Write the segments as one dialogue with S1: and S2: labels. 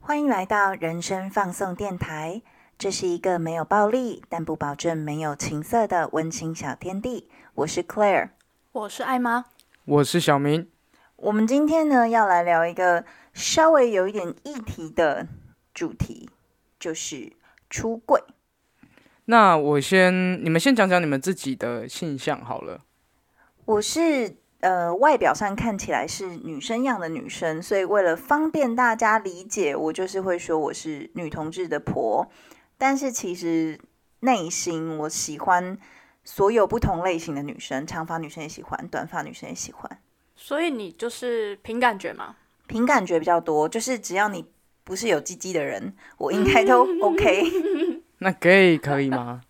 S1: 欢迎来到人生放送电台，这是一个没有暴力，但不保证没有情色的温馨小天地。我是 Claire，
S2: 我是艾妈，
S3: 我是小明。
S1: 我们今天呢要来聊一个稍微有一点议题的主题，就是出柜。
S3: 那我先，你们先讲讲你们自己的性向好了。
S1: 我是呃，外表上看起来是女生样的女生，所以为了方便大家理解，我就是会说我是女同志的婆。但是其实内心我喜欢所有不同类型的女生，长发女生也喜欢，短发女生也喜欢，
S2: 所以你就是凭感觉嘛？
S1: 凭感觉比较多。就是只要你不是有鸡鸡的人，我应该都 OK。
S3: 那 gay 可以吗？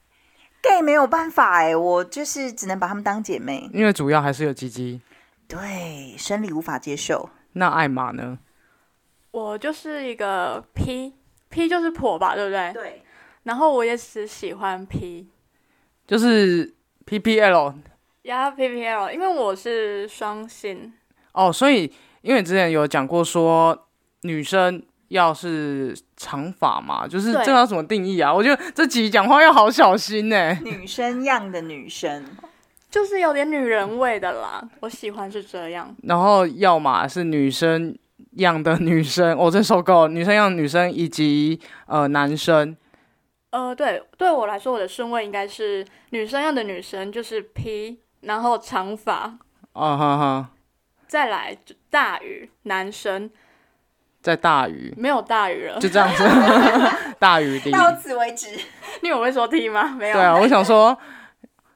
S1: gay 没有办法哎、我就是只能把她们当姐妹。
S3: 因为主要还是有鸡鸡。
S1: 对，生理无法接受。
S3: 那艾玛呢？
S2: 我就是一个 P，P 就是婆吧，对不对？
S1: 对，
S2: 然后我也只喜欢 P，
S3: 就是 PPL
S2: 呀 PPL，因为我是双性，
S3: 哦，所以因为之前有讲过说女生要是长发嘛，就是
S2: 对
S3: 这个要怎么定义啊？我觉得这集讲话要好小心呢、欸
S1: 女生样的女生。
S2: 就是有点女人味的啦。我喜欢是这样，
S3: 然后要么是女生样的女生，哦我、真受够了，女生样的女生以及呃男生。
S2: 呃，对，对我来说，我的顺位应该是女生样的女生，就是 P，然后长发，
S3: 啊哈哈，
S2: 再来就大于男生，
S3: 在大鱼，
S2: 没有大于 了。
S3: 就这样子，大鱼的。
S1: 到此为止。
S2: 你有会说 T 吗？没有。
S3: 对啊，我想说，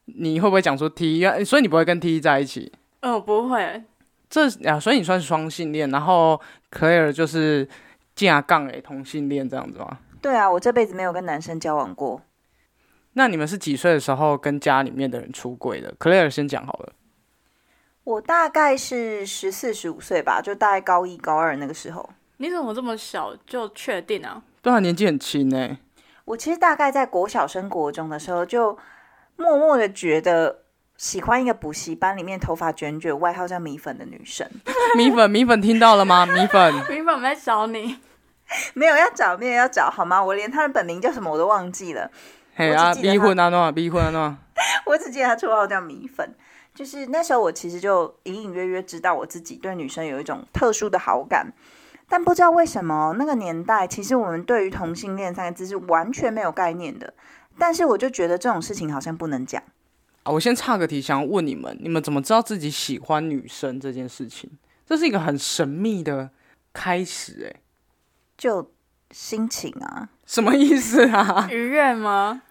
S3: 你会不会讲出 T？啊所以你不会跟 T 在一起？
S2: 嗯、不会。
S3: 这啊，所以你算是双性恋，然后 Claire 就是架杠诶同性恋这样子吗？
S1: 对啊，我这辈子没有跟男生交往过。
S3: 那你们是几岁的时候跟家里面的人出柜的？Claire 先讲好了。
S1: 我大概是十四、十五岁吧，就大概高一、高二那个时候。
S2: 你怎么这么小就确定啊？
S3: 对啊，年纪很轻诶。
S1: 我其实大概在国小升国中的时候，就默默的觉得喜欢一个补习班里面头发卷卷、外号叫米粉的女生。
S3: 米粉，米粉听到了吗？米 粉，
S2: 平粉在找你，
S1: 没有要找，没有要找，好吗？我连她的本名叫什么我都忘记了。
S3: 嘿
S1: 我只
S3: 啊，
S1: 记得
S3: 逼婚啊，诺啊，逼婚啊，诺啊。
S1: 我只记得他绰号叫米粉。就是那时候，我其实就隐隐约约知道我自己对女生有一种特殊的好感，但不知道为什么那个年代，其实我们对于同性恋三个字是完全没有概念的。但是我就觉得这种事情好像不能讲。
S3: 啊，我先岔个题，想要问你们，你们怎么知道自己喜欢女生这件事情？这是一个很神秘的开始诶。
S1: 就心情啊，
S3: 什么意思啊？
S2: 愉悦吗？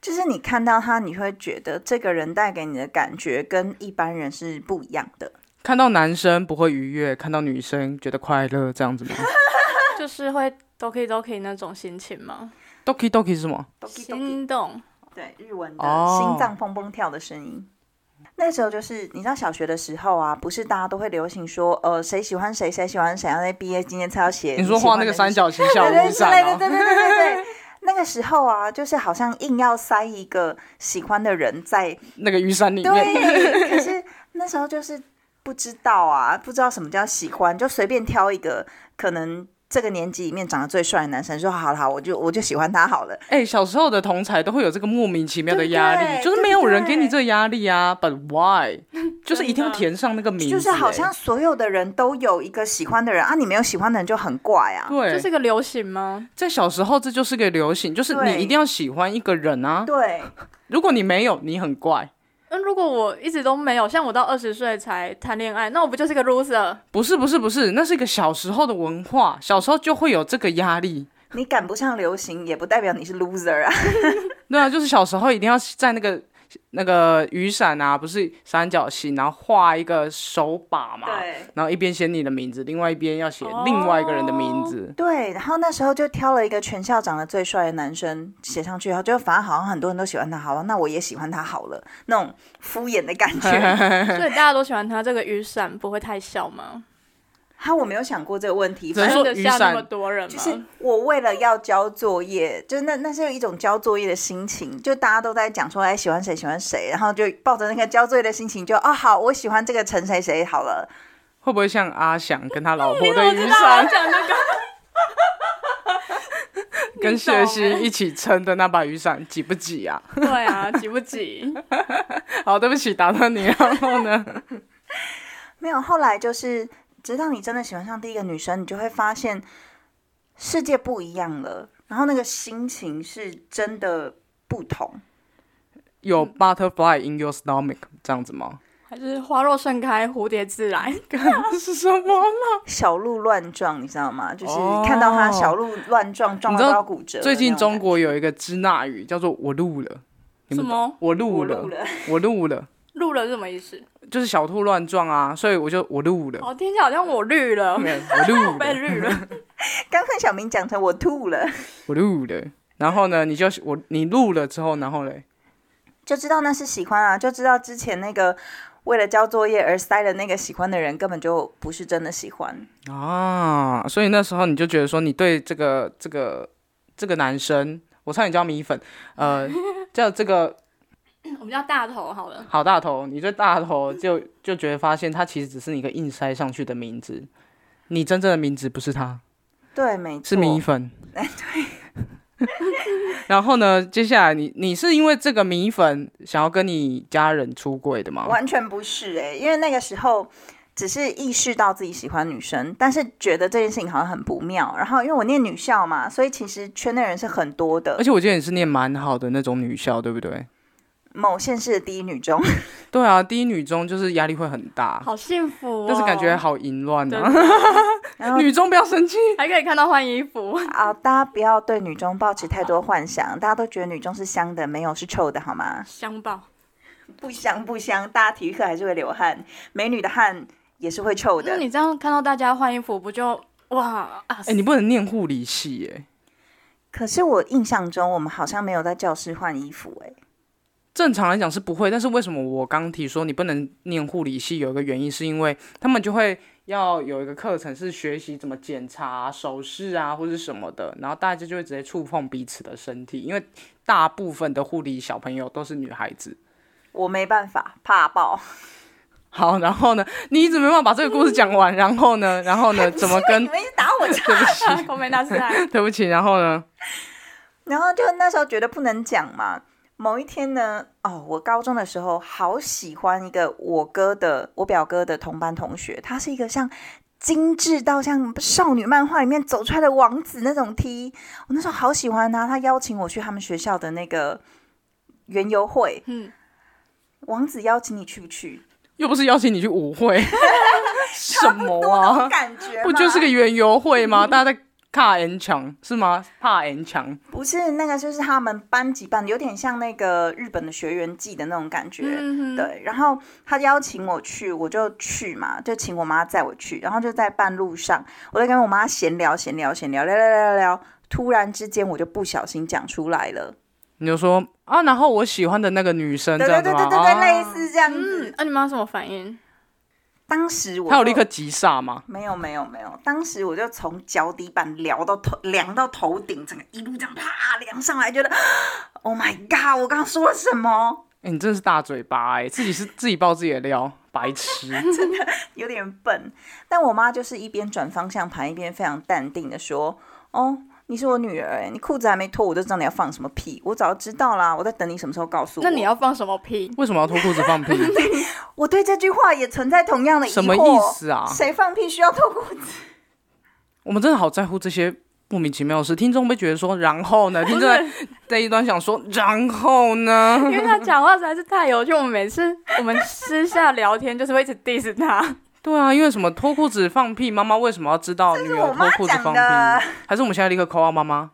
S1: 就是你看到他，你会觉得这个人带给你的感觉跟一般人是不一样的。
S3: 看到男生不会愉悦，看到女生觉得快乐，这样子吗
S2: 就是会 doki doki 那种心情吗？
S3: ？Doki Doki 是什么？
S2: 心动，
S1: 对，日文的
S3: 哦
S1: 心脏砰砰跳的声音。那时候就是你知道小学的时候啊，不是大家都会流行说，呃，谁喜欢谁，谁喜欢谁，然后在毕业纪念册要写
S3: 你说画那个三
S1: 角
S3: 角形小
S1: 对对
S3: 雨
S1: 之类
S3: 伞
S1: 的，
S3: 哦？
S1: 对对对对对。那个时候啊，就是好像硬要塞一个喜欢的人在
S3: 那个雨伞里面，
S1: 对，可是那时候就是不知道啊，不知道什么叫喜欢，就随便挑一个可能这个年级里面长得最帅的男生，说好了好了，我就我就喜欢他好了。
S3: 哎、小时候的同才都会有这个莫名其妙的压
S1: 对
S3: 力，
S1: 不对
S3: 就是没有人给你这个压力啊。But why？就是一定要填上那个名字、
S1: 就是好
S3: 哎
S1: 像所有的人都有一个喜欢的人啊，你没有喜欢的人就很怪啊。
S3: 对，
S2: 这是个流行吗？
S3: 在小时候这就是个流行，就是
S1: 对
S3: 你一定要喜欢一个人啊。
S1: 对，
S3: 如果你没有，你很怪。
S2: 那嗯如果我一直都没有，像我到二十岁才谈恋爱，那我不就是个 loser？
S3: 不是不是不是，那是一个小时候的文化，小时候就会有这个压力。
S1: 你赶不上流行，也不代表你是 loser 啊。
S3: 对啊，就是小时候一定要在那个那个雨伞啊，不是三角形，然后画一个手把嘛，然后一边写你的名字，另外一边要写另外一个人的名字。
S1: 对，然后那时候就挑了一个全校长得最帅的男生写上去，然后就反而好像很多人都喜欢他，好吧，那我也喜欢他好了，那种敷衍的感觉。
S2: 所以大家都喜欢他这个雨伞不会太小吗？
S1: 哈，啊我没有想过这个问题。
S3: 只能
S1: 反正
S3: 说
S2: 真的
S3: 雨
S2: 下那
S3: 伞
S2: 么多人吗？
S3: 啊
S1: 就是我为了要交作业，就是那那是有一种交作业的心情，就大家都在讲说哎喜欢谁喜欢谁，然后就抱着那个交作业的心情就哦好，我喜欢这个陈谁谁好了。
S3: 会不会像阿翔跟他老婆
S2: 你怎
S3: 的
S2: 么
S3: 雨
S2: 知道哦我要
S3: 伞，
S2: 讲那个？
S3: 跟
S2: 你懂
S3: 谢欣
S2: 欸
S3: 一起撑的那把雨伞挤不挤啊？
S2: 对啊，挤不挤？
S3: 好，对不起，打断你。啊然后呢？
S1: 没有，后来就是直到你真的喜欢上第一个女生，你就会发现世界不一样了，然后那个心情是真的不同。
S3: 有 butterfly in your stomach 这样子吗？
S2: 还是花落盛开，蝴蝶自来？
S3: 这是什么？
S1: 小鹿乱撞，你知道吗？就是
S3: 哦
S1: 看到他小鹿乱撞，撞
S3: 你
S1: 到
S3: 知
S1: 都
S3: 道
S1: 要骨折的那种感觉。
S3: 最近中国有一个支那语叫做“我录了”，你
S2: 什
S3: 们
S2: 么？
S3: 我录
S1: 我
S3: 了
S1: 录，了，
S3: 我录了，
S2: 录了是什么意思？
S3: 就是小兔乱撞啊，所以我就我录了，
S2: 哦，听起来好像我绿了，
S3: 没有我 录
S2: 被
S3: 了，
S2: 绿了。
S1: 刚刚小明讲成我吐了，
S3: 我录了。然后呢，你就我你录了之后，然后嘞，
S1: 就知道那是喜欢啊，就知道之前那个为了交作业而塞的那个喜欢的人根本就不是真的喜欢。
S3: 啊，所以那时候你就觉得说，你对这个这个这个男生，我差点叫米粉，呃，叫这个
S2: 我们叫大头好了。
S3: 好大头，你对大头就就觉得发现他其实只是一个硬塞上去的名字，你真正的名字不是他。
S1: 对，没错，哎
S3: 是米粉。 对。 然后呢，接下来你你是因为这个米粉想要跟你家人出柜的吗？
S1: 完全不是哎、因为那个时候只是意识到自己喜欢女生，但是觉得这件事情好像很不妙。然后因为我念女校嘛，所以其实圈内人是很多
S3: 而
S1: 的，
S3: 且我记得你是念蛮好的那种女校，对不对？
S1: 某县市的第一女中。
S3: 对啊，第一女中就是压力会很大，
S2: 好幸福、哦，
S3: 但是感觉好淫乱啊。
S1: 然后
S3: 女中不要生气，
S2: 还可以看到换衣服，
S1: 啊，大家不要对女中抱持太多幻想，大家都觉得女中是香的，没有是臭的，好吗？
S2: 香爆。
S1: 不香不香，大家体育课还是会流汗，美女的汗也是会臭
S2: 那
S1: 的。
S2: 你这样看到大家换衣服，不就哇啊？
S3: 哎、你不能念护理系耶、
S1: 可是我印象中，我们好像没有在教室换衣服、欸，
S3: 正常来讲是不会，但是为什么我刚提说你不能念护理系，有一个原因是因为他们就会要有一个课程是学习怎么检查啊、手势啊或者什么的，然后大家就会直接触碰彼此的身体，因为大部分的护理小朋友都是女孩子。
S1: 我没办法，怕爆。
S3: 好，然后呢，你一直没办法把这个故事讲完，然后呢，然后呢，怎么
S1: 你
S3: 跟
S1: 们一直打我
S3: 对不起，
S2: 口美大 赛，
S3: 对不起，然后呢，
S1: 然后就那时候觉得不能讲嘛。某一天呢，哦，我高中的时候好喜欢一个我哥的，我表哥的同班同学，他是一个像精致到像少女漫画里面走出来的王子那种 T，我那时候好喜欢啊他，他邀请我去他们学校的那个园游会，
S2: 嗯，
S1: 王子邀请你去不去？
S3: 又不是邀请你去舞会， 什么
S1: 那种
S3: 啊？
S1: 感觉嘛
S3: 不就是个园游会吗？大家在卡 N 墙是吗？怕 N 墙。
S1: 不是那个就是他们班级办的，有点像那个日本的学员季的那种感觉，
S2: 嗯哼，
S1: 对，然后他邀请我去，我就去嘛，就请我妈载我去，然后就在半路上，我就跟我妈闲聊，闲聊，闲聊，聊聊聊聊聊，突然之间我就不小心讲出来了，
S3: 你就说啊，然后我喜欢的那个女生
S1: 对
S3: 这
S1: 对
S3: 样子
S1: 对
S3: 吗？
S1: 对对对，类
S3: 哦
S1: 似这样子。
S2: 嗯，那、你妈什么反应？
S1: 当时我
S3: 他有
S1: 就
S3: 立刻急刹吗？
S1: 没有没有没有，当时我就从脚底板聊到头，量到头顶，整个一路这样啪量上来，觉得 Oh my God，我刚刚说了什么？
S3: 哎、你真的是大嘴巴哎、自己是自己爆自己的料，白痴。
S1: 有点笨。但我妈就是一边转方向盘，一边非常淡定的说：“哦，你是我女儿、欸，你裤子还没脱，我就知道你要放什么屁，我早就知道啦，我在等你什么时候告诉我。”
S2: 那你要放什么屁？
S3: 为什么要脱裤子放屁？
S1: 我对这句话也存在同样的疑惑，
S3: 什么意？思啊？
S1: 谁放屁需要脱裤子？
S3: 我们真的好在乎这些莫名其妙的事。听众会觉得说，然后呢？听众在在一端想说，然后呢？
S2: 因为他讲话实在是太有趣，我们每次我们私下聊天就是会一直 diss 他，
S3: 对啊，因为什么脱裤子放屁？妈妈为什么要知道女
S1: 我
S3: 儿
S1: 妈
S3: 脱裤子
S1: 讲
S3: 放
S1: 的
S3: 屁？还是我们现在立刻 call out 妈妈？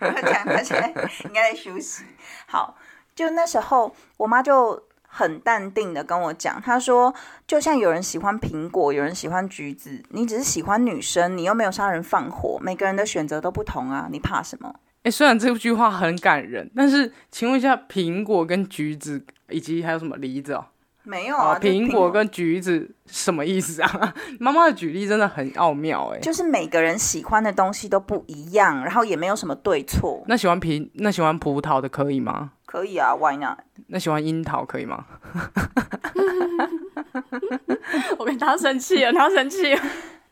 S1: 他讲他现在应该在休息。好，就那时候我妈就。很淡定的跟我讲，她说，就像有人喜欢苹果，有人喜欢橘子，你只是喜欢女生，你又没有杀人放火，每个人的选择都不同啊，你怕什么？
S3: 哎、虽然这句话很感人，但是请问一下，苹果跟橘子以及还有什么梨子哦？
S1: 没有啊，就
S3: 苹果跟橘子什么意思啊？ 妈妈的举例真的很奥妙哎、
S1: 就是每个人喜欢的东西都不一样，然后也没有什么对错。
S3: 那喜欢苹，那喜欢葡萄的可以吗？
S1: 可以啊，Why not？
S3: 那喜欢樱桃可以吗？
S2: 我跟他生气了，他生气了。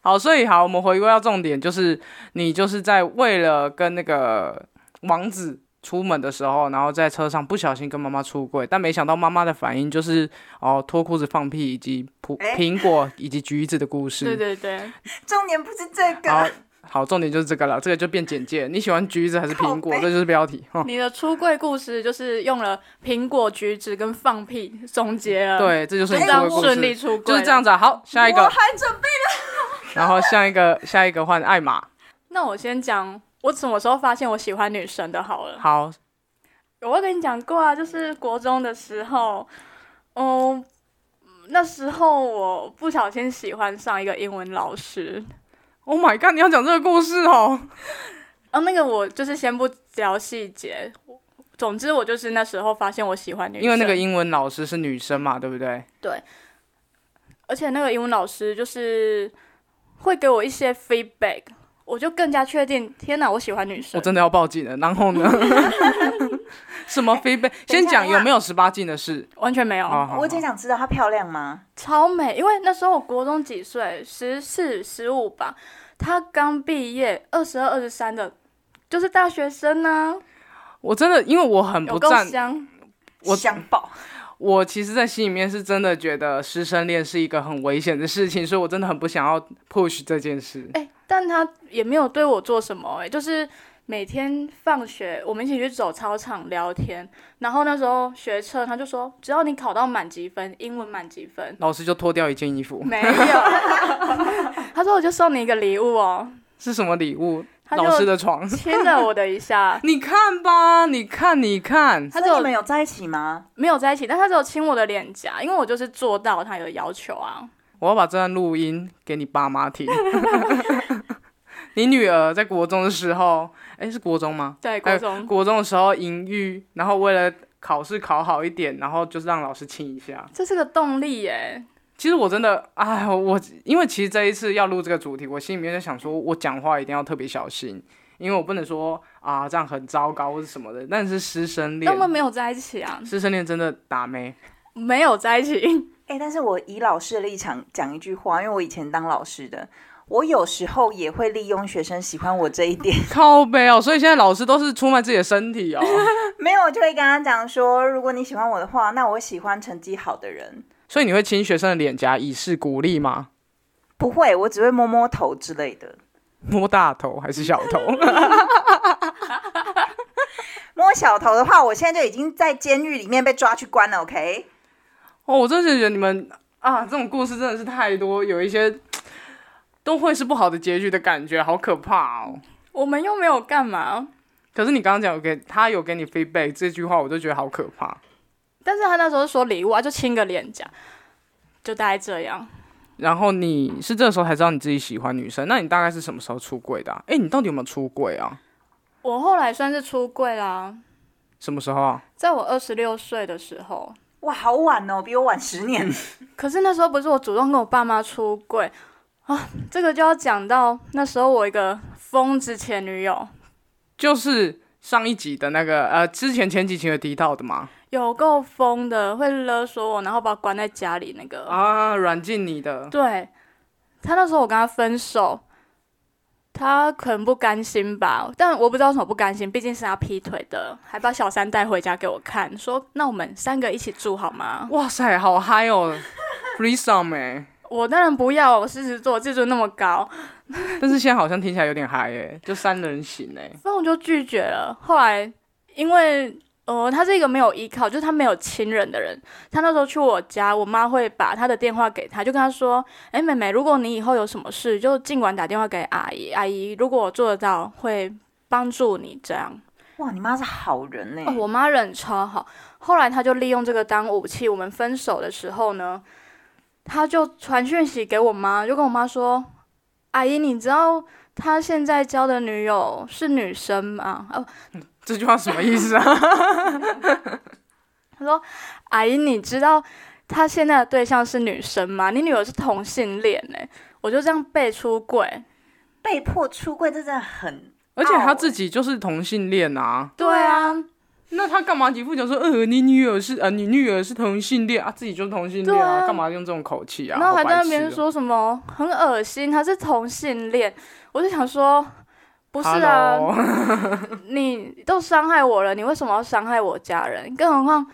S3: 好，所以好，我们回归到重点，就是你就是在为了跟那个王子出门的时候，然后在车上不小心跟妈妈出柜，但没想到妈妈的反应就是哦脱裤子放屁，以及葡
S1: 哎
S3: 苹果以及橘子的故事。
S2: 对对对，
S1: 重点不是这
S3: 好
S1: 个，
S3: 好，重点就是这个了，这个就变简介。你喜欢橘子还是苹果？
S1: 靠
S3: 这
S1: 背
S3: 就是标题。哼
S2: 你的出柜故事就是用了苹果、橘子跟放屁总结了，，
S3: 对，这就是
S2: 就
S3: 你
S2: 这
S3: 的
S2: 样嗯
S3: 故
S2: 哎顺利
S3: 事，
S2: 出柜，
S3: 就是这样。子啊。好，下一
S1: 我
S3: 个，
S1: 还准备
S3: 然后下一个，下一个换艾玛。
S2: 那我先讲我什么时候发现我喜欢女生的好了。
S3: 好，
S2: 我跟你讲过啊，就是国中的时候，嗯，那时候我不小心喜欢上一个英文老师，
S3: Oh my god！你要讲这个故事哦。
S2: 哦，那个我就是先不聊细节，总之我就是那时候发现我喜欢女生，
S3: 因为那个英文老师是女生嘛，对不对？
S2: 而且那个英文老师就是会给我一些 feedback，我就更加确定，天哪，我喜欢女生。
S3: 我真的要报警了。然后 呢？什
S2: 哎
S3: 么飞背？
S1: 等一
S3: 先
S1: 下
S3: 讲
S1: 等一下
S3: 有没有十八禁的事？
S2: 完全没有，
S3: 好好
S1: 了，
S3: 好
S1: 我只想知道她漂亮吗？
S2: 超美。因为那时候我国中几岁，十四、十五吧，她刚毕业，二十二、二十三的，就是大学生呢、
S3: 我真的，因为嗯我很
S2: 有
S3: 不
S2: 够
S3: 赞，
S2: 香。
S3: 我
S1: 香爆，
S3: 我其实，在心里面是真的觉得师生恋是一个很危险的事情，所以我真的很不想要 push 这件事。
S2: 哎、但她也没有对我做什么、哎，就是。每天放学，我们一起去走操场聊天。然后那时候学车，他就说，只要你考到满级分，英文满级分，
S3: 老师就脱掉一件衣服，
S2: 没 有，他说我就送你一个礼物哦，
S3: 是什么礼物？
S2: 他就
S3: 老师的床。
S2: 亲了我的一下
S3: ，你看吧，你看，你看，
S1: 所
S2: 他
S1: 以你
S2: 就
S1: 们有在一起吗？
S2: 没有在一起，但他只有亲我的脸颊，因为我就是做到他有要求啊。
S3: 我要把这段录音给你爸妈听。 你女儿在国中的时候，哎、是国中吗？
S2: 对，
S3: 哎
S2: 国中，
S3: 国中的时候淫欲，然后为了考试考好一点，然后就是让老师亲一下。
S2: 这是个动力耶。
S3: 其实我真的，哎，我因为其实这一次要录这个主题，我心里面在想说，我讲话一定要特别小心，因为我不能说啊这样很糟糕或者什么的。但是师生
S2: 但我们
S3: 恋，
S2: 没有在一起啊，
S3: 师生恋真的打妹，
S2: 没有在一起。
S1: 哎、但是我以老师的立场讲一句话，因为我以前当老师的，我有时候也会利用学生喜欢我这一点，
S3: 靠背哦。所以现在老师都是出卖自己的身体哦。
S1: 没有，我就会跟他讲说，如果你喜欢我的话，那我喜欢成绩好的人。
S3: 所以你会亲学生的脸颊以示鼓励吗？
S1: 不会，我只会摸摸头之类的，
S3: 摸大头还是小头？
S1: 摸小头的话，我现在就已经在监狱里面被抓去关了，OK？
S3: 哦，我真的觉得你们啊，这种故事真的是太多，有一些都会是不好的结局的感觉，好可怕哦。
S2: 我们又没有干嘛，
S3: 可是你刚刚讲有给他有给你 feedback 这句话，我就觉得好可怕。
S2: 但是他那时候说礼物啊，就亲个脸颊，就大概这样。
S3: 然后你是这个时候才知道你自己喜欢女生，那你大概是什么时候出柜的、啊？哎，你到底有没有出柜啊？
S2: 我后来算是出柜啦，
S3: 什么时候啊？
S2: 在我二十六岁的时候，
S1: 哇，好晚哦，比我晚十年。
S2: 可是那时候不是我主动跟我爸妈出柜啊，这个就要讲到那时候我一个疯子前女友
S3: 就是上一集的那个呃，之前前几期有提到的嘛，
S2: 有够疯的，会勒索我，然后把我关在家里那个。
S3: 啊，软禁你的，
S2: 对，他那时候我跟他分手，他可能不甘心吧，但我不知道为什么不甘心，毕竟是他劈腿的，还把小三带回家给我看，说那我们三个一起住好吗？
S3: 哇塞，好嗨哦，threesome 哎、
S2: 我当然不要，我狮子座自尊那么高，
S3: 但是现在好像听起来有点嗨哎、就三人行哎、
S2: 所以我就拒绝了。后来因为呃，他是一个没有依靠，就是他没有亲人的人。他那时候去我家，我妈会把他的电话给他，就跟他说：“哎、妹妹，如果你以后有什么事，就尽管打电话给阿姨，阿姨如果我做得到，会帮助你。”这样，
S1: 哇，你妈是好人欸呢、
S2: 哦，我妈人超好。后来他就利用这个当武器。我们分手的时候呢，他就传讯息给我妈，就跟我妈说：“阿姨，你知道他现在交的女友是女生吗？”哦，
S3: 这句话什么意思啊？
S2: 他说：“阿姨，你知道他现在的对象是女生吗？你女儿是同性恋哎、我就这样被出柜。
S1: 被迫出柜，这真的很
S3: 而且他自
S1: 己
S3: 己就是同性恋啊，
S2: 对啊，
S3: 那他干嘛一副讲说，呃，你女儿是呃，你女儿是同性恋啊，自己就是同性恋
S2: 对啊
S3: 啊，干嘛用这种口气啊？
S2: 然后还
S3: 好白
S2: 在那
S3: 痴
S2: 边
S3: 哦，
S2: 说什么很恶心，他是同性恋，我就想说，不是啊
S3: Hello
S2: 你都伤害我了，你为什么要伤害我家人？更何况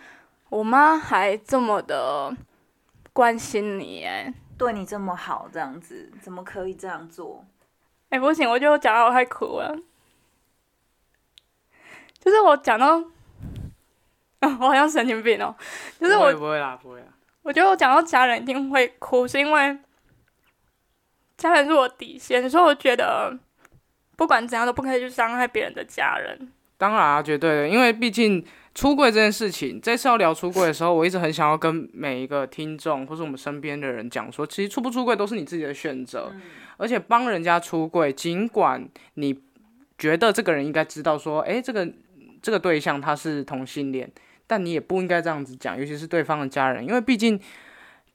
S2: 我妈还这么的关心你，哎
S1: 对你这么好，这样子怎么可以这样做？
S2: 哎，不行，我就讲到我快哭了，就是我讲到，啊，我好像神经病哦， 就是
S3: 不
S2: 我
S3: 会不会啦，不会啦。
S2: 我觉得我讲到家人一定会哭，是因为家人是我底线，所以我觉得不管怎样都不可以去伤害别人的家人。
S3: 当然啊，绝对的，因为毕竟出柜这件事情，这次要聊出柜的时候，我一直很想要跟每一个听众或是我们身边的人讲说，其实出不出柜都是你自己的选择，而且帮人家出柜，尽管你觉得这个人应该知道说，诶，这个这个对象他是同性恋，但你也不应该这样子讲，尤其是对方的家人，因为毕竟。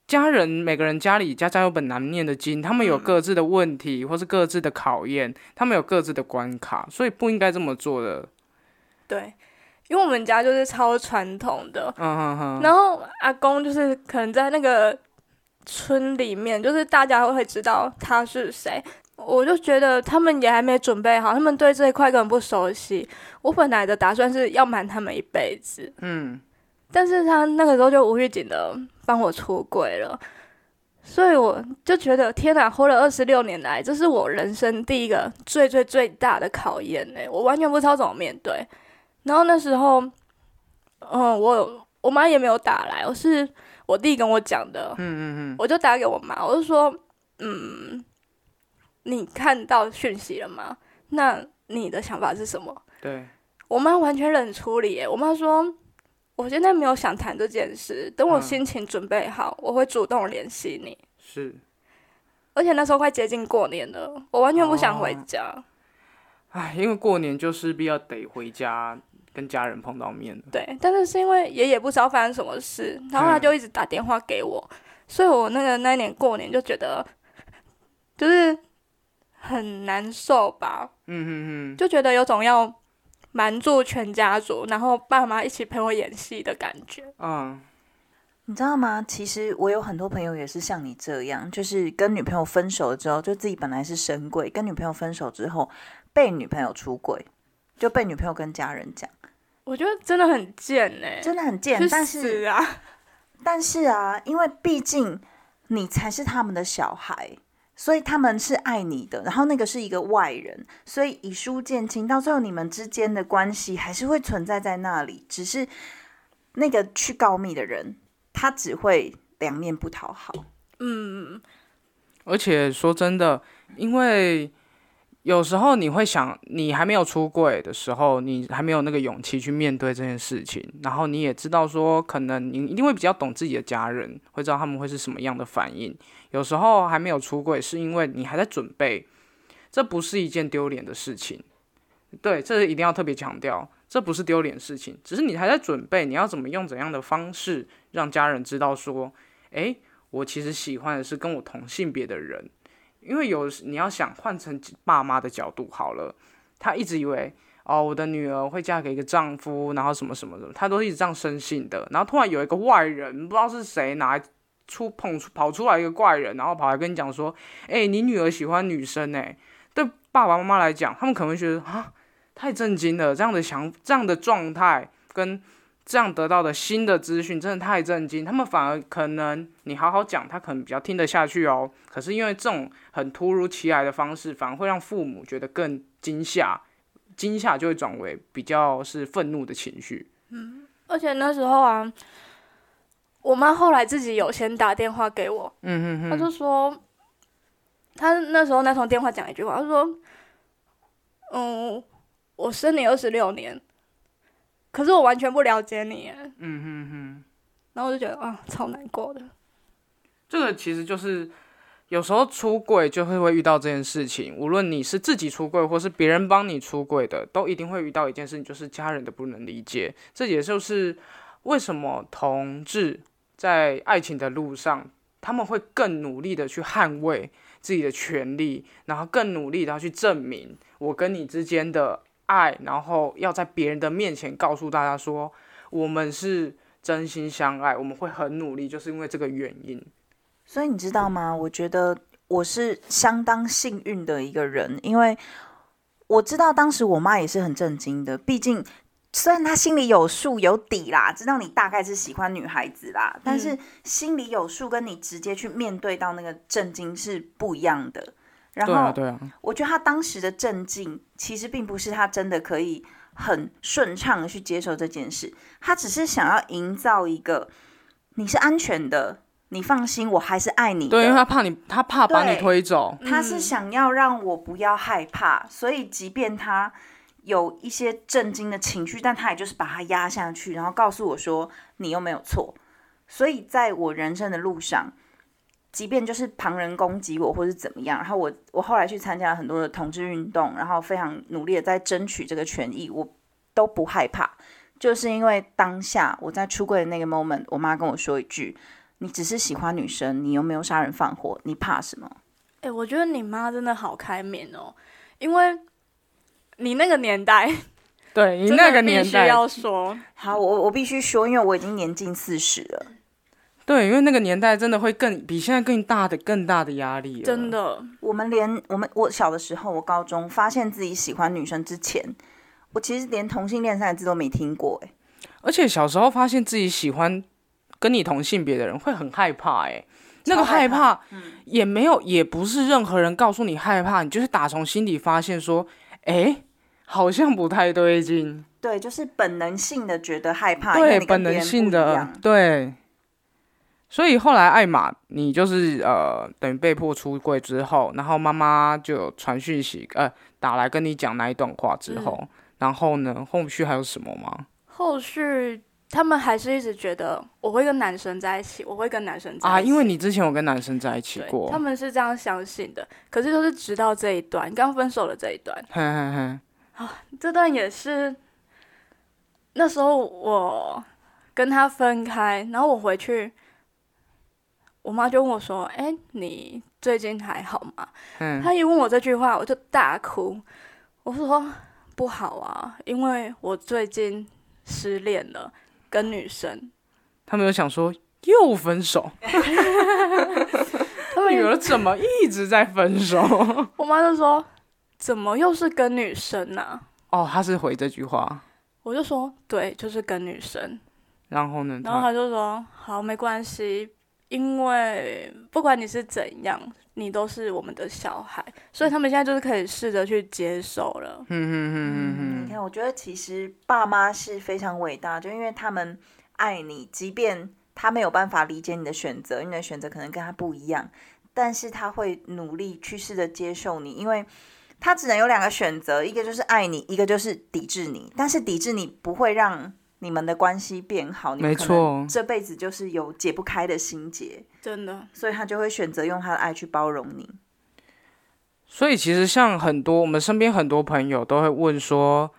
S3: 家人每个人家里家家有本难念的经，他们有各自的问题，或是各自的考验，他们有各自的关卡，所以不应该这么做的。
S2: 对，因为我们家就是超传统的，
S3: 嗯哼哼，
S2: 然后阿公就是可能在那个村里面，就是大家会知道他是谁。我就觉得他们也还没准备好，他们对这一块根本不熟悉。我本来的打算是要瞒他们一辈子，
S3: 嗯，
S2: 但是他那个时候就无预警的帮我出轨了，所以我就觉得天哪，活了二十六年来，这是我人生第一个最最最大的考验呢、我完全不知道怎么面对。然后那时候，嗯，我我妈也没有打来，我是我弟跟我讲的，嗯嗯嗯，我就打给我妈，我就说，嗯，你看到讯息了吗？那你的想法是什么？
S3: 对，
S2: 我妈完全冷处理耶。我妈说，我现在没有想谈这件事，等我
S3: 嗯
S2: 心情准备好，我会主动联系你。
S3: 是，
S2: 而且那时候快接近过年了，我完全不想回
S3: 哦
S2: 家。
S3: 哎，因为过年就势必要得回家跟家人碰到面了。
S2: 对，但是是因为爷爷不知道发生什么事，然后他
S3: 嗯
S2: 就一直打电话给我，所以我那个那一年过年就觉得，就是很难受吧，
S3: 嗯嗯嗯，
S2: 就觉得有种要瞒住全家族，然后爸妈一起陪我演戏的感觉。
S3: 嗯，
S1: 你知道吗？其实我有很多朋友也是像你这样，就是跟女朋友分手了之后，就自己本来是神鬼，跟女朋友分手之后被女朋友出轨，就被女朋友跟家人讲，
S2: 我觉得真的很贱哎、
S1: 真的很贱
S2: 去。
S1: 但
S2: 死
S1: 是
S2: 啊！
S1: 但是啊，因为毕竟你才是他们的小孩。所以他们是爱你的，然后那个是一个外人，所以以书见亲，到最后你们之间的关系还是会存在在那里，只是那个去告密的人，他只会两面不讨好。
S2: 嗯，
S3: 而且说真的，因为有时候你会想，你还没有出柜的时候，你还没有那个勇气去面对这件事情，然后你也知道说，可能你一定会比较懂自己的家人，会知道他们会是什么样的反应。有时候还没有出柜，是因为你还在准备，这不是一件丢脸的事情。对，这一定要特别强调，这不是丢脸的事情，只是你还在准备，你要怎么用怎样的方式让家人知道说，诶，我其实喜欢的是跟我同性别的人，因为有时你要想换成爸妈的角度好了，他一直以为哦，我的女儿会嫁给一个丈夫，然后什么什么什么，他都是一直这样深信的。然后突然有一个外人，不知道是谁拿出碰出跑出来一个怪人，然后跑来跟你讲说，哎、你女儿喜欢女生哎、对爸爸妈妈来讲，他们可能会觉得啊，太震惊了，这样的想这样的状态跟这样得到的新的资讯真的太震惊，他们反而可能你好好讲，他可能比较听得下去哦。可是因为这种很突如其来的方式，反而会让父母觉得更惊吓，惊吓就会转为比较是愤怒的情绪。
S2: 而且那时候啊，我妈后来自己有先打电话给我，
S3: 嗯哼
S2: 她
S3: 哼，
S2: 就说，她那时候那通电话讲一句话，她说，嗯，我生你二十六年，可是我完全不了解你耶，
S3: 嗯哼哼。
S2: 然后我就觉得啊，超难过的。
S3: 这个其实就是有时候出柜就会会遇到这件事情，无论你是自己出柜或是别人帮你出柜的，都一定会遇到一件事情，就是家人的不能理解。这也就是为什么同志在爱情的路上，他们会更努力的去捍卫自己的权利，然后更努力的去证明我跟你之间的爱，然后要在别人的面前告诉大家说我们是真心相爱，我们会很努力，就是因为这个原因。
S1: 所以你知道吗？我觉得我是相当幸运的一个人，因为我知道当时我妈也是很震惊的，毕竟虽然她心里有数有底啦，知道你大概是喜欢女孩子啦，但
S3: 嗯
S1: 是心里有数跟你直接去面对到那个震惊是不一样的。然
S3: 对啊，
S1: 后
S3: 对啊，
S1: 我觉得她当时的震惊，其实并不是她真的可以很顺畅的去接受这件事，她只是想要营造一个你是安全的，你放心，我还是爱你的。
S3: 对，因为他怕你，他怕把你
S1: 对
S3: 推走。
S1: 他是想要让我不要害怕，所以即便他有一些震惊的情绪，但他也就是把它压下去，然后告诉我说你又没有错。所以在我人生的路上，即便就是旁人攻击我或是怎么样，然后我我后来去参加了很多的同志运动，然后非常努力的在争取这个权益，我都不害怕，就是因为当下我在出柜的那个 moment，我妈跟我说一句。你只是喜欢女生，你又没有杀人放火，你怕什么？
S2: 哎、我觉得你妈真的好开明哦，因为你那个年代，
S3: 对你
S2: 真
S3: 那
S2: 的
S3: 个
S2: 必
S3: 年
S2: 须
S3: 代，
S2: 要说，
S1: 好，我我必须说，因为我已经年近四十了。
S3: 对，因为那个年代真的会更比现在更大的更大的压力了。
S2: 真的，
S1: 我们连我们我小的时候，我高中发现自己喜欢女生之前，我其实连同性恋三个字都没听过、欸。
S3: 而且小时候发现自己喜欢跟你同性别的人，会很害怕、欸，那个
S1: 害怕
S3: 怕
S2: 嗯
S3: 也没有，也不是任何人告诉你害怕，你就是打从心底发现说，哎、好像不太对劲，
S1: 对，就是本能性的觉得害怕，因为
S3: 对，
S1: 你
S3: 本
S1: 跟别
S3: 能
S1: 人不
S3: 性
S1: 一
S3: 的
S1: 样，
S3: 对。所以后来艾玛，你就是呃，等于被迫出柜之后，然后妈妈就有传讯息，呃，打来跟你讲那一段话之后，
S1: 嗯
S3: 然后呢，后续还有什么吗？
S2: 后续他们还是一直觉得我会跟男生在一起，我会跟男生在一起
S3: 啊，因为你之前有跟男生在一起
S2: 对
S3: 过，
S2: 他们是这样相信的。可是就是直到这一段，刚分手的这一段，啊
S3: 嘿嘿嘿，
S2: 这段也是那时候我跟他分开，然后我回去，我妈就问我说：“哎、你最近还好吗？”
S3: 嗯，
S2: 她一问我这句话，我就大哭。我说：“不好啊，因为我最近失恋了，跟女生。
S3: 他们有想说又分 手，”
S2: 他们
S3: 女儿怎么一直在分手？
S2: 我妈就说：“怎么又是跟女生呢、啊
S3: 哦，他是回这句话，
S2: 我就说：“对，就是跟女生。”
S3: 然后呢？
S2: 然后
S3: 他
S2: 他就说：“好，没关系，因为不管你是怎样，你都是我们的小孩，所以他们现在就是可以试着去接受了。
S1: 嗯，你看，我觉得其实爸妈是非常伟大，就因为他们爱你，即便他没有办法理解你的选择，你的选择可能跟他不一样，但是他会努力去试着接受你，因为他只能有两个选择，一个就是爱你，一个就是抵制你。但是抵制你不会让你们的关系变好，你们
S3: 没
S1: 可能
S3: 错
S1: 这辈子就是有解不开的心结，
S2: 真的，
S1: 所以他就会选择用他的爱去包容你。
S3: 所以其实像很多我们身边很多朋友都会问说，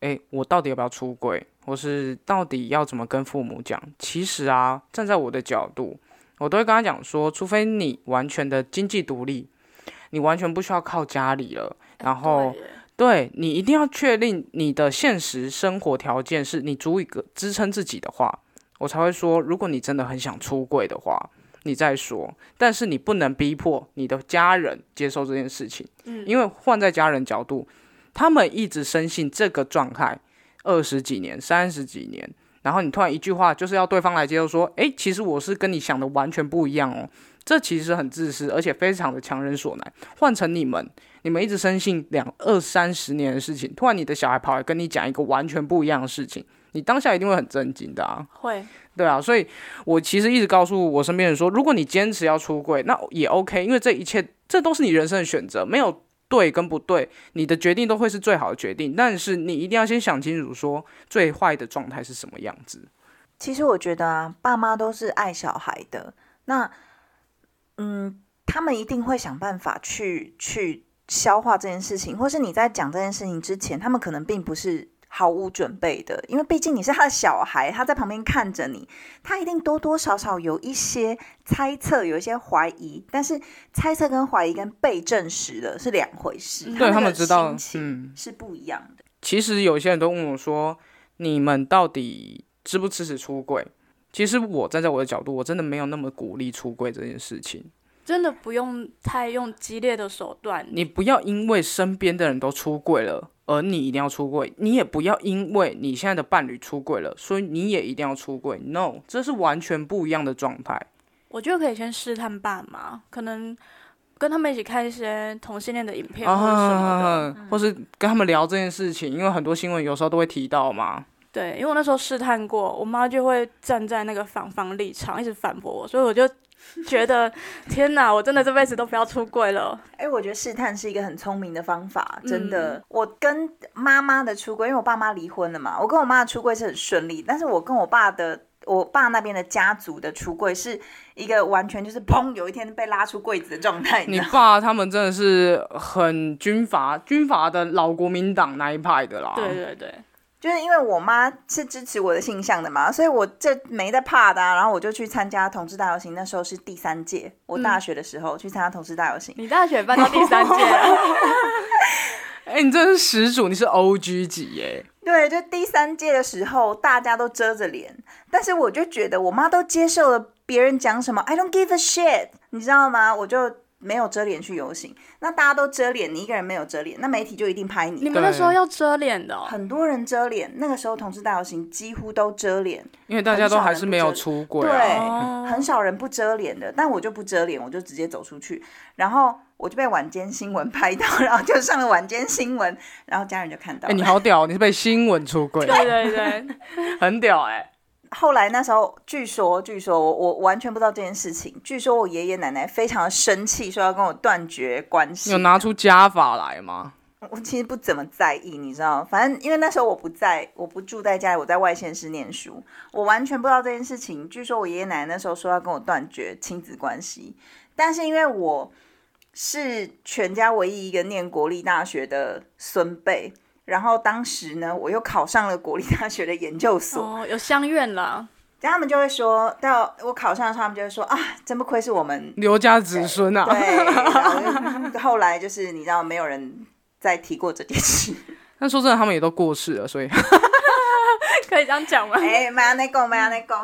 S3: 哎，我到底要不要出轨，或是到底要怎么跟父母讲？其实啊，站在我的角度，我都会跟他讲说，除非你完全的经济独立，你完全不需要靠家里了，然后。
S2: 对耶
S3: 对你一定要确定你的现实生活条件是你足以个支撑自己的话，我才会说，如果你真的很想出柜的话，你再说。但是你不能逼迫你的家人接受这件事情，
S2: 嗯
S3: 因为换在家人角度，他们一直深信这个状态二十几年、三十几年。然后你突然一句话，就是要对方来接受，说：“诶，其实我是跟你想的完全不一样哦。”这其实很自私，而且非常的强人所难。换成你们，你们一直深信两二三十年的事情，突然你的小孩跑来跟你讲一个完全不一样的事情，你当下一定会很震惊的啊，
S2: 会
S3: 对啊，所以我其实一直告诉我身边人说，如果你坚持要出柜，那也 OK，因为这一切这都是你人生的选择，没有对跟不对，你的决定都会是最好的决定，但是你一定要先想清楚说最坏的状态是什么样子，
S1: 其实我觉得啊，爸妈都是爱小孩的，那嗯，他们一定会想办法去去消化这件事情，或是你在讲这件事情之前，他们可能并不是毫无准备的，因为毕竟你是他的小孩，他在旁边看着你，他一定多多少少有一些猜测，有一些怀疑。但是猜测跟怀疑跟被证实了是两回事，
S3: 对
S1: 他
S3: 他
S1: 们
S3: 们知道，
S1: 嗯，
S3: 嗯。
S1: 是不一样的。
S3: 其实有些人都问我说，你们到底支不支持出轨？其实我站在我的角度，我真的没有那么鼓励出轨这件事情。
S2: 真的不用太用激烈的手段。
S3: 你不要因为身边的人都出轨了，而你一定要出轨；你也不要因为你现在的伴侣出轨了，所以你也一定要出轨。No，这是完全不一样的状态。
S2: 我觉得可以先试探爸妈，可能跟他们一起看一些同性恋的影片或者什么的。嗯
S3: 啊，或是跟他们聊这件事情，因为很多新闻有时候都会提 到嘛。
S2: 对，因为我那时候试探过，我妈就会站在那个反方立场一直反驳我，所以我就觉 得天哪，我真的这辈子都不要出柜了。
S1: 哎、我觉得试探是一个很聪明的方法，
S2: 嗯
S1: 真的。我跟妈妈的出柜，因为我爸妈离婚了嘛，我跟我妈的出柜是很顺利，但是我跟我爸的。我爸那边的家族的出柜是一个完全就是砰，有一天被拉出柜子的状态。你
S3: 你
S1: 知道吗
S3: 爸他们真的是很军阀，军阀的老国民党那一派的啦。
S2: 对对对，
S1: 就是因为我妈是支持我的性向的嘛，所以我这没在怕的、啊。然后我就去参加同志大游行，那时候是第三届，我大学的时候去参加同志大游行。
S2: 你大学办到第三届了，
S3: 哎、你真的是始祖，你是 O G 级耶、
S1: 对，就第三届的时候，大家都遮着脸，但是我就觉得我妈都接受了别人讲什么 “I don't give a shit”，你知道吗？我就没有遮脸去游行。那大家都遮脸，你一个人没有遮脸，那媒体就一定拍
S2: 你
S1: 你。
S2: 们那时候要遮脸的、哦，
S1: 很多人遮脸，那个时候同志大游行几乎都遮脸，
S3: 因为大家都还是没有出轨、
S1: 对
S3: 啊。
S2: 哦
S1: 很少人不遮脸的，但我就不遮脸，我就直接走出去，然后我就被晚间新闻 拍到，然后就上了晚间新闻，然后家人就看到
S3: 哎、
S1: 了。
S3: 你好屌，你是被新闻出轨，
S2: 对对 对，
S3: 很屌哎、
S1: 后来那时候，据说，据说我我完全不知道这件事情。据说我爷爷奶奶非常的生气，说要跟我断绝关系
S3: 有。拿出家法来吗？
S1: 我其实不怎么在意，你知道，反正因为那时候我不在，我不住在家里，我在外县市念书，我完全不知道这件事情。据说我爷爷奶奶那时候说要跟我断绝亲子关系，但是因为我是全家唯一一个念国立大学的孙辈，然后当时呢，我又考上了国立大学的研究所，
S2: 哦，有相怨了，
S1: 然后他们就会说，到我考上的时候，他们就会说啊，真不愧是我们。
S3: 刘家子孙啊，
S1: 对，然后后来就是你知道，没有人再提过这件事。
S3: 但说真的，他们也都过世了，所以
S2: 可以这样讲吗？
S1: 哎、欸，没有那个，没有那个。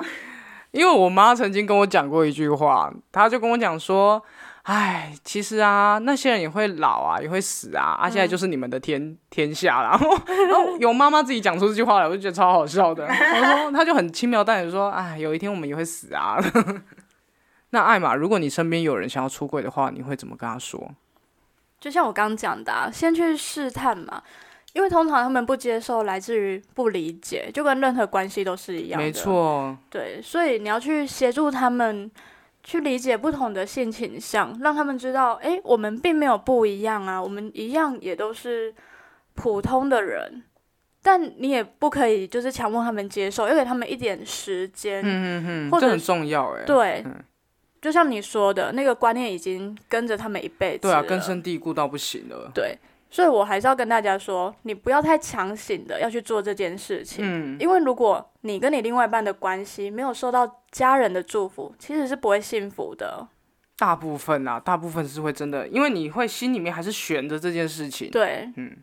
S3: 因为我妈曾经跟我讲过一句话，她就跟我讲说：“哎，其实啊，那些人也会老啊，也会死啊，
S2: 嗯
S3: 啊，现在就是你们的天、天下啦。”然后，然后有妈妈自己讲出这句话来，我就觉得超好笑 的。我说，她就很轻描淡写说：“哎，有一天我们也会死啊。” 那艾玛，如果你身边有人想要出柜的话，你会怎么跟他说？
S2: 就像我刚刚讲的、啊，先去试探嘛，因为通常他们不接受来自于不理解，就跟任何关系都是一样的。
S3: 没，错，
S2: 对，所以你要去协助他们去理解不同的性倾向，让他们知道，诶，我们并没有不一样啊，我们一样也都是普通的人。但你也不可以就是强迫他们接受，要给他们一点时间，
S3: 嗯嗯
S2: 或
S3: 嗯，
S2: 者
S3: 这很重要哎、
S2: 对，
S3: 嗯
S2: 就像你说的那个观念已经跟着他们一辈子
S3: 对啊，
S2: 了
S3: 根深蒂固到不行了。
S2: 对，所以我还是要跟大家说，你不要太强行的要去做这件事情，
S3: 嗯，
S2: 因为如果你跟你另外一半的关系没有受到家人的祝福，其实是不会幸福的。
S3: 大部分啊，大部分是会真的，因为你会心里面还是悬着这件事情。
S2: 对，
S3: 嗯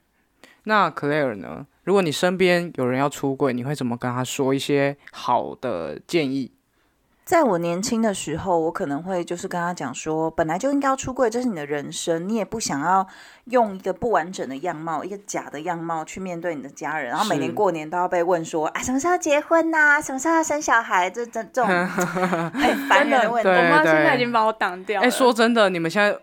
S3: 那 Claire 呢？如果你身边有人要出柜，你会怎么跟他说一些好的建议？
S1: 在我年轻的时候，我可能会就是跟他讲说，本来就应该要出柜，这是你的人生，你也不想要用一个不完整的样貌、一个假的样貌去面对你的家人，然后每年过年都要被问说，啊，什么时候结婚呐、什么时候要生小孩？这这 这种很烦人的问
S2: 我
S3: 对
S1: 题。
S2: 妈现在已经把我挡掉了。
S3: 哎、说真的，你们现在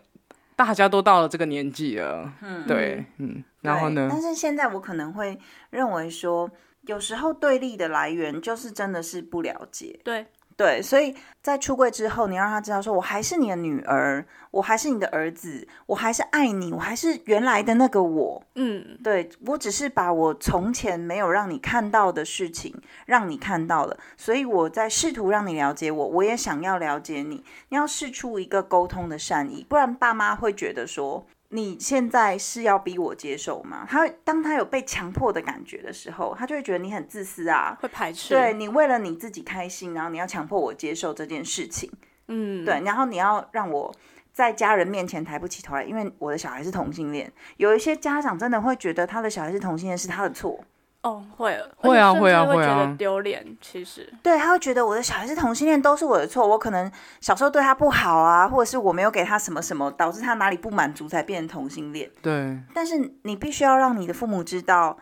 S3: 大家都到了这个年纪了，嗯，对，嗯，然后
S1: 对
S3: 呢
S1: 但？是现在我可能会认为说，有时候对立的来源就是真的是不了解，
S2: 对，
S1: 对，所以在出柜之后，你要让他知道说，我还是你的女儿，我还是你的儿子，我还是爱你，我还是原来的那个我。
S2: 嗯，
S1: 对我只是把我从前没有让你看到的事情让你看到了，所以我在试图让你了解我，我也想要了解你。你要试出一个沟通的善意，不然爸妈会觉得说。你现在是要逼我接受吗？他当他有被强迫的感觉的时候，他就会觉得你很自私啊。
S2: 会排斥。
S1: 对，你为了你自己开心，然后你要强迫我接受这件事情，
S2: 嗯，
S1: 对，然后你要让我在家人面前抬不起头来，因为我的小孩是同性恋。有一些家长真的会觉得他的小孩是同性恋是他的错，
S2: 哦，会
S3: 会啊
S2: 而且
S3: 会啊
S2: 甚至
S3: 会
S2: 会
S3: 啊
S2: 觉得丢脸。其实，
S1: 对，他会觉得我的小孩是同性恋都是我的错，我可能小时候对他不好啊，或者是我没有给他什么什么，导致他哪里不满足才变成同性恋。
S3: 对，
S1: 但是你必须要让你的父母知道，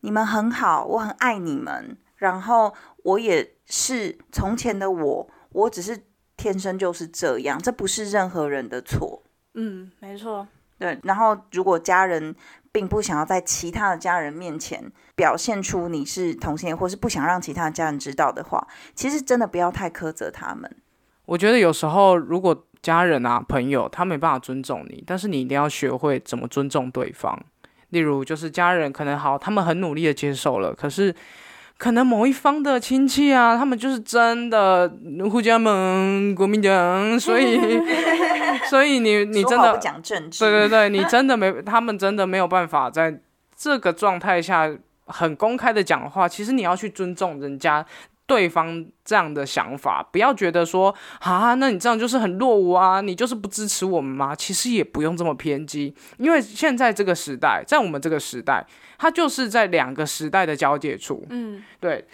S1: 你们很好，我很爱你们，然后我也是从前的我，我只是天生就是这样，这不是任何人的错。
S2: 嗯，没错，
S1: 对，然后如果家人并不想要在其他的家人面前表现出你是同性恋，或是不想让其他的家人知道的话，其实真的不要太苛责他们。
S3: 我觉得有时候如果家人啊、朋友他没办法尊重你，但是你一定要学会怎么尊重对方。例如，就是家人可能好，他们很努力的接受了，可是可能某一方的亲戚啊，他们就是真的互加盟国民党，所 以所以你你
S1: 说
S3: 真
S1: 好
S3: 的
S1: 不讲政治，
S3: 对对对，你真的没， 他们真的没有办法在这个状态下很公开的讲话。其实你要去尊重人家对方这样的想法，不要觉得说啊，那你这样就是很落伍啊，你就是不支持我们吗？其实也不用这么偏激，因为现在这个时代，在我们这个时代，它就是在两个时代的交界处。
S2: 嗯，
S3: 对，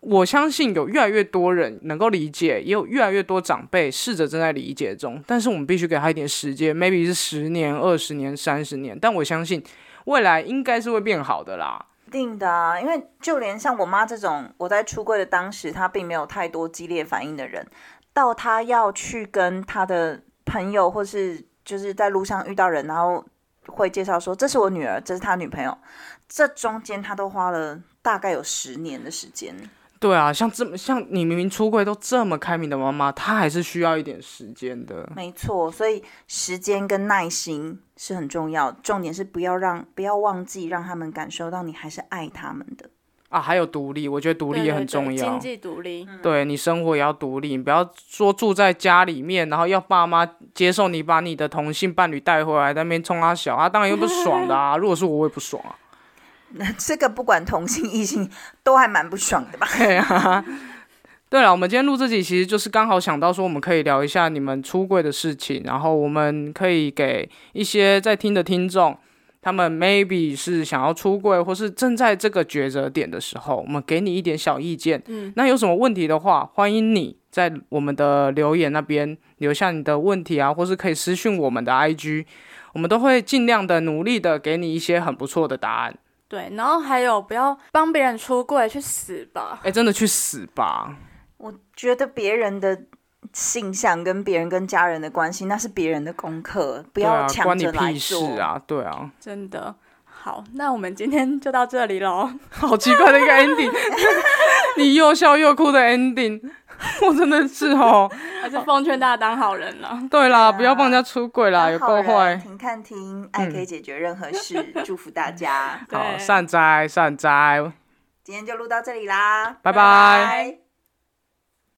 S3: 我相信有越来越多人能够理解，也有越来越多长辈试着正在理解中。但是我们必须给他一点时间，maybe 是十年、二十年、三十年。但我相信未来应该是会变好的啦。
S1: 一定的啊，因为就连像我妈这种，我在出柜的当时，她并没有太多激烈反应的人，到她要去跟她的朋友，或是就是在路上遇到人，然后会介绍说这是我女儿，这是她女朋友，这中间她都花了大概有十年的时间。
S3: 对啊，像这么像你明明出柜都这么开明的妈妈，她还是需要一点时间的。
S1: 没错，所以时间跟耐心是很重要，重点是不要让不要忘记让他们感受到你还是爱他们的。
S3: 啊，还有独立，我觉得独立
S2: 对
S3: 也
S2: 对
S3: 很
S2: 对
S3: 重要。
S2: 经济独立，
S1: 嗯
S3: 对你生活也要独立，你不要说住在家里面，然后要爸妈接受你把你的同性伴侣带回来，在那边冲他小，他当然又不爽的啊。如果是我，我也不爽啊。
S1: 那这个不管同性异性都还蛮不爽的吧？
S3: 对啊。对了，我们今天录这集其实就是刚好想到说，我们可以聊一下你们出柜的事情，然后我们可以给一些在听的听众，他们 maybe 是想要出柜，或是正在这个抉择点的时候，我们给你一点小意见。
S2: 嗯，
S3: 那有什么问题的话，欢迎你在我们的留言那边留下你的问题啊，或是可以私讯我们的 IG，我们都会尽量的努力的给你一些很不错的答案。
S2: 对，然后还有不要帮别人出柜去死吧，
S3: 哎，真的去死吧！
S1: 我觉得别人的性向跟别人跟家人的关系，那是别人的功课，不
S3: 对
S1: 要
S3: 啊，
S1: 抢
S3: 关你
S1: 着来
S3: 屁事
S1: 做。
S3: 啊！对啊，
S2: 真的。好，那我们今天就到这里喽。
S3: 好奇怪的一个 ending，你又笑又哭的 ending，我真的是哦。
S2: 还是奉劝大家当好人了。
S3: 对啦，不要帮人家出轨啦，有
S1: 当好
S3: 够
S1: 人
S3: 坏。
S1: 停看听，爱
S3: 嗯
S1: 可以解决任何事，祝福大家。
S3: 好，
S2: 对
S3: 善哉善哉，
S1: 今天就录到这里啦，拜
S3: 拜拜。
S1: 拜。